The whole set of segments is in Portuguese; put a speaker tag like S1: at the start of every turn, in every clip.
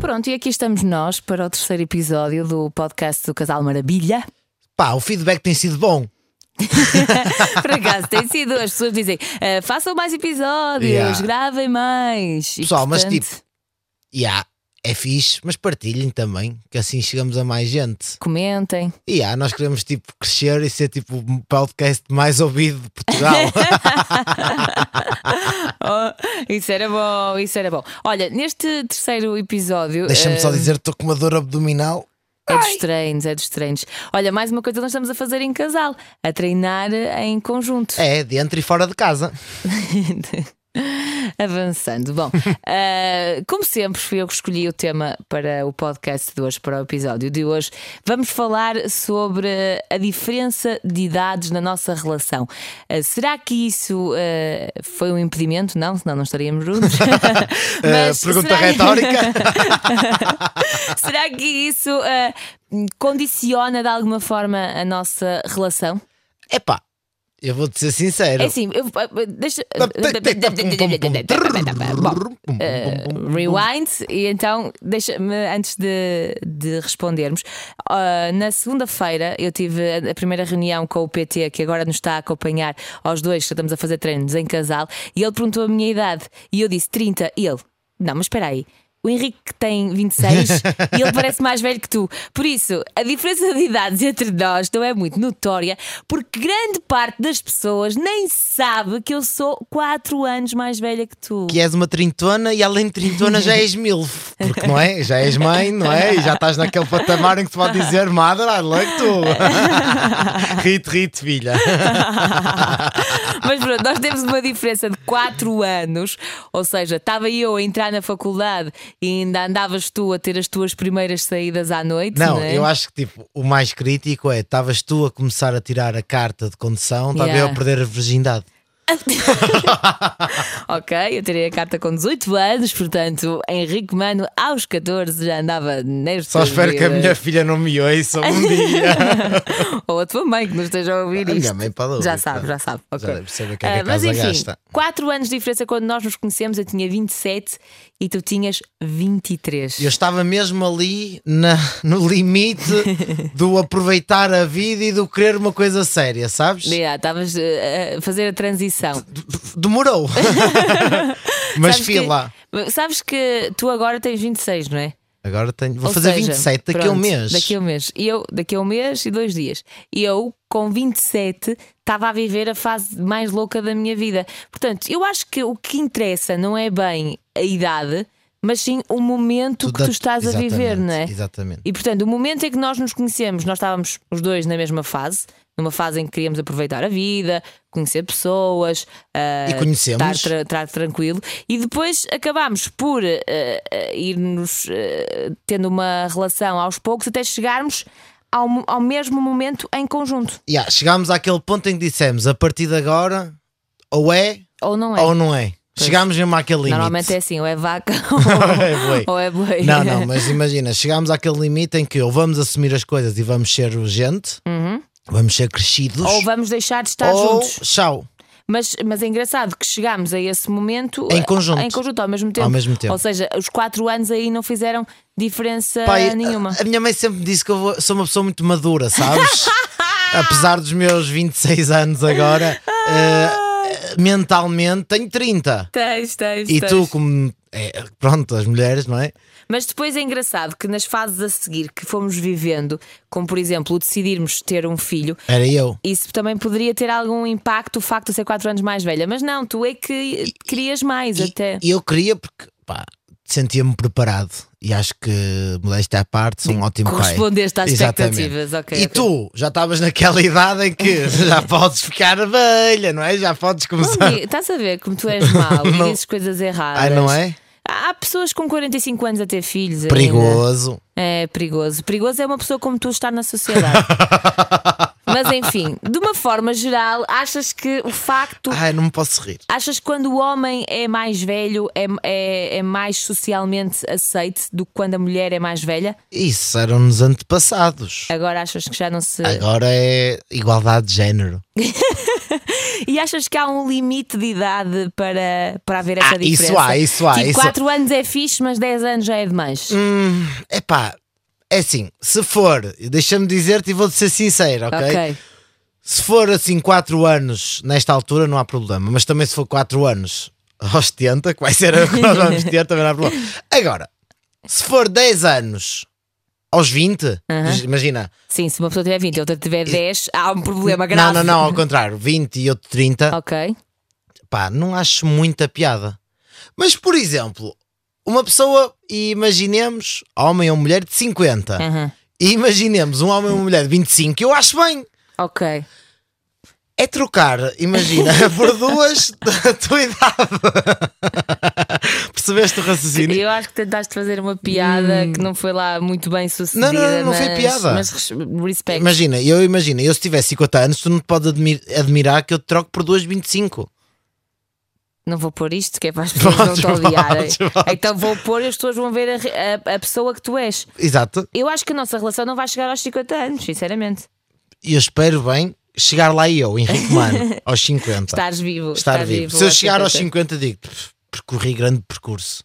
S1: Pronto, e aqui estamos nós para o terceiro episódio do podcast do Casal Maravilha.
S2: Pá, o feedback tem sido bom.
S1: Por acaso, tem sido, as pessoas dizem "Ah, façam mais episódios,
S2: Yeah.
S1: gravem mais. E,
S2: Pessoal, mas
S1: portanto,
S2: tipo- E há, é fixe, mas partilhem também, que assim chegamos a mais gente.
S1: Comentem.
S2: E há, nós queremos tipo crescer e ser tipo o podcast mais ouvido de Portugal.
S1: Oh, isso era bom, isso era bom. Olha, neste terceiro episódio.
S2: Deixa-me
S1: ah,
S2: só dizer, estou com uma dor abdominal.
S1: É dos treinos, é dos treinos. Olha, mais uma coisa que nós estamos a fazer em casal, a treinar em conjunto.
S2: É, dentro e fora de casa.
S1: Avançando. Bom, ah, como sempre, fui eu que escolhi o tema para o podcast de hoje, para o episódio de hoje. Vamos falar sobre a diferença de idades na nossa relação. Ah, será que isso ah, foi um impedimento? Não, senão não estaríamos juntos.
S2: Eh,
S1: Mas
S2: pergunta
S1: será que-
S2: retórica.
S1: Será que isso ah, condiciona de alguma forma a nossa relação?
S2: Epá, eu vou-te ser sincero.
S1: É assim, eu, deixa.
S2: um
S1: Uh, rewind e então deixa-me antes de, de respondermos uh, na segunda-feira eu tive a- a primeira reunião com o PT que agora nos está a acompanhar aos dois que estamos a fazer treinos em casal e ele perguntou a minha idade e eu disse 30 e ele não mas espera aí o Henrique que tem 26 e ele parece mais velho que tu. Por isso, a diferença de idades entre nós não é muito notória, porque grande parte das pessoas nem sabe que eu sou 4 anos mais velha que tu.
S2: que és uma trintona e além de trintona já és milf, porque não é? Já és mãe, não é? E já estás naquele patamar em que se pode dizer Mother, I like tu. Rite, rite, filha.
S1: Mas pronto, nós temos uma diferença de 4 anos, ou seja, estava eu a entrar na faculdade e ainda andavas tu a ter as tuas primeiras saídas à noite.
S2: Não,
S1: né?
S2: eu acho que tipo, o mais crítico é: estavas tu a começar a tirar a carta de condução, estava
S1: Yeah.
S2: eu a perder a virgindade.
S1: Ok, eu tirei a carta com 18 anos, portanto, Henrique Mano, aos 14 já andava neste.
S2: Só espero que a minha filha não me ouça um dia.
S1: Ou a tua mãe que nos esteja a ouvir
S2: A minha
S1: isto.
S2: mãe pode ouvir,
S1: Já sabe, já
S2: claro.
S1: sabe.
S2: Já
S1: ok.
S2: deve saber o que é que
S1: Ah,
S2: a
S1: mas
S2: casa
S1: enfim,
S2: gasta.
S1: 4 anos de diferença quando nós nos conhecemos, eu tinha 27 e tu tinhas 23.
S2: Eu estava mesmo ali na- no limite do aproveitar a vida e do querer uma coisa séria, sabes?
S1: Yeah, ah, Estavas eh, a fazer a transição.
S2: Demorou. Mas
S1: Sabes
S2: fui lá.
S1: Que, sabes que tu agora tens 26, não é?
S2: Agora tenho. Vou
S1: Ou
S2: fazer
S1: seja,
S2: 27 daqui a um
S1: pronto,
S2: mês.
S1: Daqui a um mês. E eu, daqui a um mês e dois dias. E eu, com 27, estava a viver a fase mais louca da minha vida. Portanto, eu acho que o que interessa não é bem a idade, mas sim o momento que
S2: da-
S1: tu estás a viver,
S2: Exatamente,
S1: não é?
S2: Exatamente.
S1: E portanto, o momento em que nós nos conhecemos, nós estávamos os dois na mesma fase, numa fase em que queríamos aproveitar a vida, conhecer pessoas, ah,
S2: E conhecemos.
S1: estar, tra- estar tranquilo, e depois acabámos por ah, ah, ir-nos ah, tendo uma relação aos poucos até chegarmos ao, mo- ao mesmo momento em conjunto.
S2: Yeah, chegámos àquele ponto em que dissemos: a partir de agora, ou é,
S1: Ou não é?
S2: ou não é. Chegámos mesmo àquele limite.
S1: Normalmente é assim, ou é vaca
S2: É boi.
S1: ou, ou é boi.
S2: Não, não, mas imagina, chegámos àquele limite em que ou vamos assumir as coisas e vamos ser urgente, vamos ser crescidos,
S1: Uhum. Ou vamos deixar de estar
S2: ou
S1: juntos.
S2: tchau.
S1: Mas, mas é engraçado que chegámos a esse momento
S2: Em conjunto.
S1: em conjunto ao mesmo tempo.
S2: Ao mesmo tempo.
S1: Ou seja, os quatro anos aí não fizeram diferença
S2: Pai,
S1: Eh, nenhuma.
S2: A, a minha mãe sempre me disse que eu vou- sou uma pessoa muito madura, sabes? Apesar dos meus 26 anos agora, eh, mentalmente tenho 30.
S1: Tens, tens,
S2: E tu, como. é, pronto, as mulheres, não é?
S1: Mas depois é engraçado que nas fases a seguir que fomos vivendo, como por exemplo o decidirmos ter um filho,
S2: Era eu.
S1: isso também poderia ter algum impacto o facto de ser quatro anos mais velha. Mas não, tu é que querias mais
S2: E-
S1: até.
S2: E eu queria porque, pá, sentia-me preparado. E acho que, modéstia à parte, sou um ótimo pai.
S1: Correspondeste às
S2: Exatamente.
S1: expectativas, ok.
S2: E
S1: ok.
S2: tu, já estavas naquela idade em que já podes ficar velha, não é? Já podes
S1: Não
S2: começar.
S1: diga- Estás a ver como tu és mau e dizes coisas erradas.
S2: Ai, não é?
S1: Há pessoas com 45 anos a ter filhos. ainda.
S2: Perigoso.
S1: É perigoso. Perigoso é uma pessoa como tu estar na sociedade. Mas enfim, de uma forma geral, achas que o facto.
S2: Ai, não me posso rir.
S1: Achas que quando o homem é mais velho é, é, é mais socialmente aceite do que quando a mulher é mais velha?
S2: Isso eram nos antepassados.
S1: É. Agora achas que já não se.
S2: Agora é igualdade de género.
S1: E achas que há um limite de idade para, para haver essa
S2: Ah, isso
S1: diferença?
S2: há, isso há,
S1: Tipo,
S2: isso há.
S1: 4 anos é fixe, mas 10 anos já é demais.
S2: Hum, epá, é assim, se for, deixa-me dizer-te e vou-te ser sincero, ok?
S1: ok.
S2: Se for assim 4 anos nesta altura, não há problema, mas também se for 4 anos aos 70, que vai ser a que nós vamos ter, também não há problema. Agora, se for 10 anos aos 20, imagina.
S1: Sim, se uma pessoa tiver 20 e outra tiver 10, há um problema grave.
S2: Não, não, não, ao contrário, 20 e outro 30,
S1: Ok.
S2: pá, não acho muita piada. Mas, por exemplo, uma pessoa, e imaginemos, homem ou mulher de 50,
S1: Aham.
S2: e imaginemos um homem ou uma mulher de 25, eu acho bem.
S1: Ok.
S2: É trocar, imagina, por duas da tua idade. Percebeste o raciocínio?
S1: Eu acho que tentaste fazer uma piada que não foi lá muito bem sucedida.
S2: Hum. Não, não, não, não
S1: mas,
S2: foi piada.
S1: Mas res- respect.
S2: Imagina, eu imagino, eu se tiver 50 anos, tu não te podes admir- admirar que eu te troco por duas de 25.
S1: Não vou pôr isto, que é para as pessoas não te
S2: Podes,
S1: odiarem.
S2: podes, podes.
S1: Então vou pôr e as pessoas vão ver a re- a, a pessoa que tu és.
S2: Exato.
S1: Eu acho que a nossa relação não vai chegar aos 50 anos, sinceramente.
S2: E eu espero bem chegar lá eu, Henrique Mano, aos 50.
S1: Estás vivo.
S2: Tá. Estar
S1: estás
S2: vivo. Se eu
S1: aos
S2: chegar aos
S1: 50.
S2: 50, digo "Pff, percorri grande percurso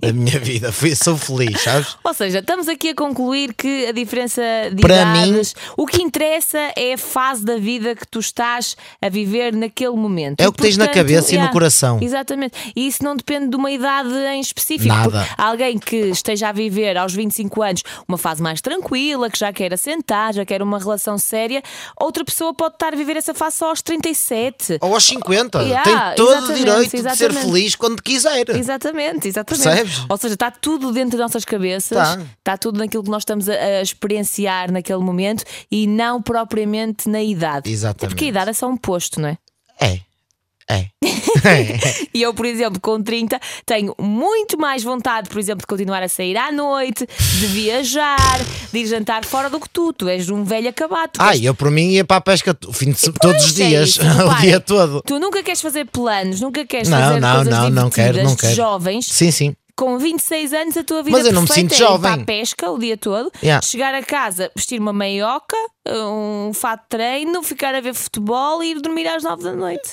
S2: da minha vida. Fui, sou feliz, sabes?
S1: Ou seja, estamos aqui a concluir que a diferença de
S2: Para
S1: idades, o que interessa é a fase da vida que tu estás a viver naquele momento.
S2: É
S1: E,
S2: o que tens na
S1: portanto,
S2: cabeça e no
S1: yeah,
S2: coração.
S1: Exatamente. E isso não depende de uma idade em específico.
S2: Nada.
S1: porque Alguém que esteja a viver aos 25 anos uma fase mais tranquila, que já quer assentar, já quer uma relação séria, outra pessoa pode estar a viver essa fase só aos 37.
S2: Ou aos 50.
S1: Yeah,
S2: Tem todo o
S1: exatamente,
S2: direito de ser
S1: exatamente.
S2: feliz quando quiser.
S1: Exatamente, exatamente.
S2: Percebes?
S1: Ou seja, está tudo dentro das nossas cabeças,
S2: Tá.
S1: está tudo naquilo que nós estamos a, a experienciar naquele momento e não propriamente na idade.
S2: Exatamente.
S1: Até porque a idade é só um posto, não é?
S2: É. É.
S1: E eu, por exemplo, com 30, tenho muito mais vontade, por exemplo, de continuar a sair à noite, de viajar, de ir jantar fora do que tu. Tu és um velho acabado. Tu
S2: Ah,
S1: queres-
S2: eu por mim ia para a pesca o fim de se- todos os
S1: Pois, é
S2: dias,
S1: isso,
S2: o
S1: reparem,
S2: dia todo.
S1: Tu nunca queres fazer planos, nunca queres
S2: Não,
S1: fazer
S2: não,
S1: coisas
S2: não, não quero,
S1: divertidas
S2: não
S1: de
S2: quero.
S1: jovens.
S2: Sim, sim.
S1: com 26 anos a tua vida
S2: Mas eu não me
S1: perfeita
S2: sinto
S1: é ir
S2: jovem.
S1: para a pesca o dia todo,
S2: Yeah.
S1: chegar a casa, vestir uma meioca, um fato de treino, ficar a ver futebol e ir dormir às 9 da noite.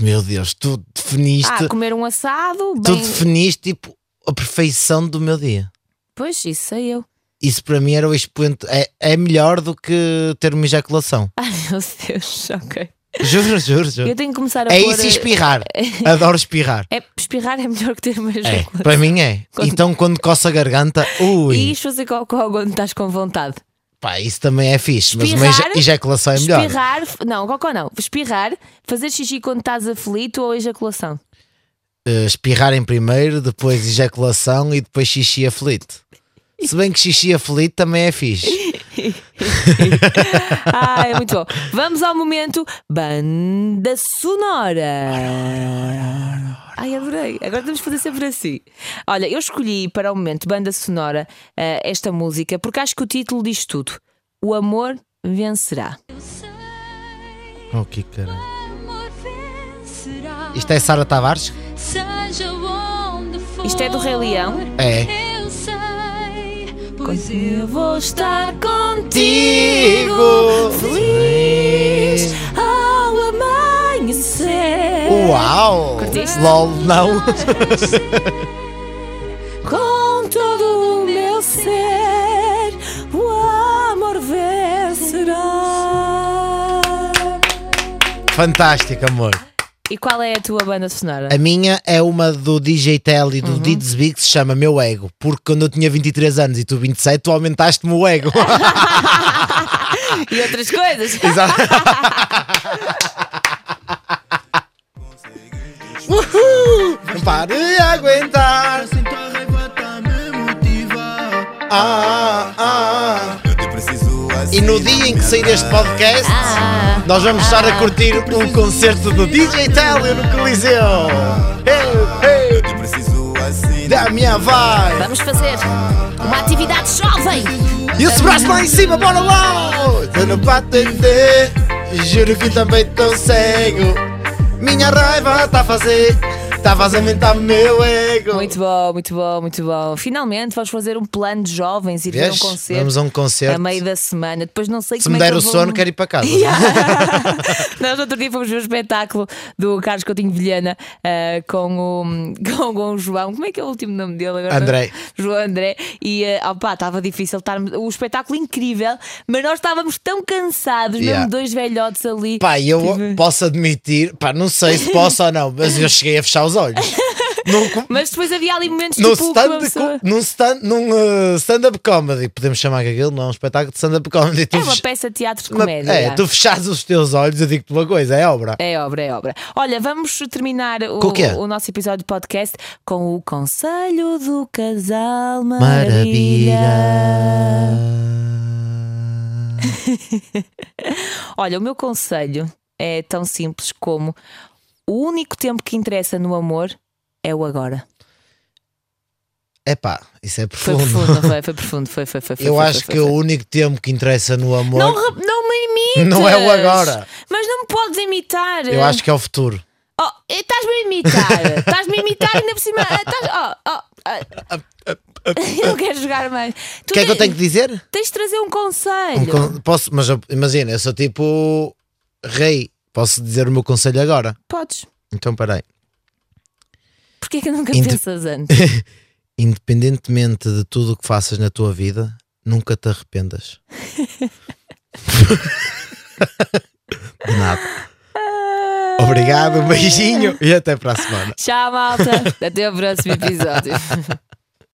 S2: Meu Deus, tu definiste,
S1: Ah, comer um assado,
S2: tu
S1: bem.
S2: definiste tipo a perfeição do meu dia.
S1: Pois, isso sei eu.
S2: Isso para mim era o expoente. É, é melhor do que ter uma ejaculação.
S1: Ai meu Deus, ok.
S2: Juro, juro,
S1: Eu
S2: juro.
S1: tenho que começar a
S2: É
S1: pôr.
S2: isso e espirrar. Adoro espirrar.
S1: é, espirrar é melhor que ter uma
S2: É,
S1: ejaculação.
S2: para mim é.
S1: Quando-
S2: Então quando coça a garganta,
S1: E
S2: ui,
S1: isto fazer cocó quando estás com vontade.
S2: pá, isso também é fixe, mas uma
S1: Espirrar-
S2: eja- ejaculação é melhor.
S1: Espirrar, não, cocó não. Espirrar, fazer xixi quando estás aflito ou ejaculação.
S2: Eh, espirrar em primeiro, depois ejaculação e depois xixi aflito. Se bem que xixi aflito também é fixe.
S1: Ah, é muito bom. Vamos ao momento banda sonora. Ai, adorei. Agora temos que fazer sempre assim. Olha, eu escolhi para o momento banda sonora eh, esta música porque acho que o título diz tudo. O amor vencerá.
S2: Oh, que caralho.
S3: amor vencerá.
S2: Isto é Sara Tavares?
S3: Seja onde for.
S1: Isto é do Rei Leão.
S2: É.
S3: Eu sei, pois
S1: Eu vou estar
S2: Digo.
S1: contigo feliz ao amanhecer.
S2: Uau!
S1: Curtiste?
S2: LOL, não.
S1: Com todo o meu ser, o amor vencerá.
S2: Fantástico, amor.
S1: E qual é a tua banda sonora?
S2: A minha é uma do DJ Tel e do
S4: Uhum.
S2: Didsby que se chama Meu Ego, porque quando eu tinha 23 anos e tu 27, tu aumentaste-me o ego.
S1: E outras coisas?
S2: Exato. Uhul! Não paro de aguentar.
S4: Sinto a raiva, tá me motiva.
S2: Ah, ah, ah.
S4: Eu te preciso assim. Ah,
S2: E no dia em que sair este podcast, nós vamos estar a curtir um concerto
S4: assim.
S2: do DJ Télio no Coliseu. Hey, hey,
S4: Eu te preciso assim.
S2: da minha vibe.
S1: Vamos fazer uma atividade jovem.
S2: E os braços lá em cima, bora lá! Eu não para atender, juro que também tão cego. Minha raiva tá a fazer Estavas a mentar meu ego.
S1: Muito bom, muito bom, muito bom. Finalmente vamos fazer um plano de jovens ir ver um
S2: Vês?
S1: concerto.
S2: Vamos a um concerto.
S1: A meio da semana, depois não sei
S2: Se
S1: como
S2: me
S1: é
S2: der
S1: que eu
S2: o
S1: vou-
S2: sono, quero ir para casa.
S1: Nós no outro dia fomos ver o espetáculo do Carlos Coutinho Vilhena ah, com, o, com, com o João. Como é que é o último nome dele agora?
S2: André.
S1: João André. E ah, opá, estava difícil estar. O espetáculo incrível, mas nós estávamos tão cansados,
S2: Yeah.
S1: mesmo dois velhotes ali.
S2: Pá, eu
S1: Tive-
S2: posso admitir, pá, não sei se posso ou não, mas eu cheguei a fechar os olhos. Num, co-
S1: Mas depois havia ali momentos
S2: num,
S1: tipo que uma
S2: stand,
S1: pessoa...
S2: co- num, stand, num eh, stand-up comedy, podemos chamar que aquilo, não é um espetáculo de stand-up comedy. Tu
S1: É uma
S2: fech-
S1: peça de teatro de
S2: uma-
S1: comédia.
S2: é,
S1: yeah.
S2: tu fechares os teus olhos, eu digo-te uma coisa, é obra.
S1: É obra, é obra. Olha, vamos terminar o,
S2: Com o quê?
S1: o nosso episódio de podcast com o Conselho do Casal Maravilha.
S2: Maravilha.
S1: Olha, o meu conselho é tão simples como o único tempo que interessa no amor é o agora.
S2: É pá, isso é
S1: Foi
S2: profundo.
S1: profundo, não foi? Foi profundo, foi, foi, foi. foi,
S2: Eu
S1: foi,
S2: acho
S1: foi,
S2: que é
S1: foi.
S2: o único tempo que interessa no amor
S1: Não, re- não me imites!
S2: Não é o agora.
S1: Mas não me podes imitar!
S2: eu acho que é o futuro.
S1: Oh, estás-me a imitar! Estás-me a imitar ainda por cima. Ah, Estás... Oh, oh, ah. Eu não quero jogar mais.
S2: O que é que eu tenho que dizer?
S1: Tens de trazer um conselho.
S2: Um con- posso, mas eu- imagina, eu sou tipo rei. Posso dizer o meu conselho agora?
S1: Podes.
S2: Então parei.
S1: Porquê que nunca
S2: Inte-
S1: pensas antes?
S2: Independentemente de tudo o que faças na tua vida, nunca te arrependas. de nada. Obrigado, um beijinho e até para a semana.
S1: Tchau, malta. Até o próximo episódio.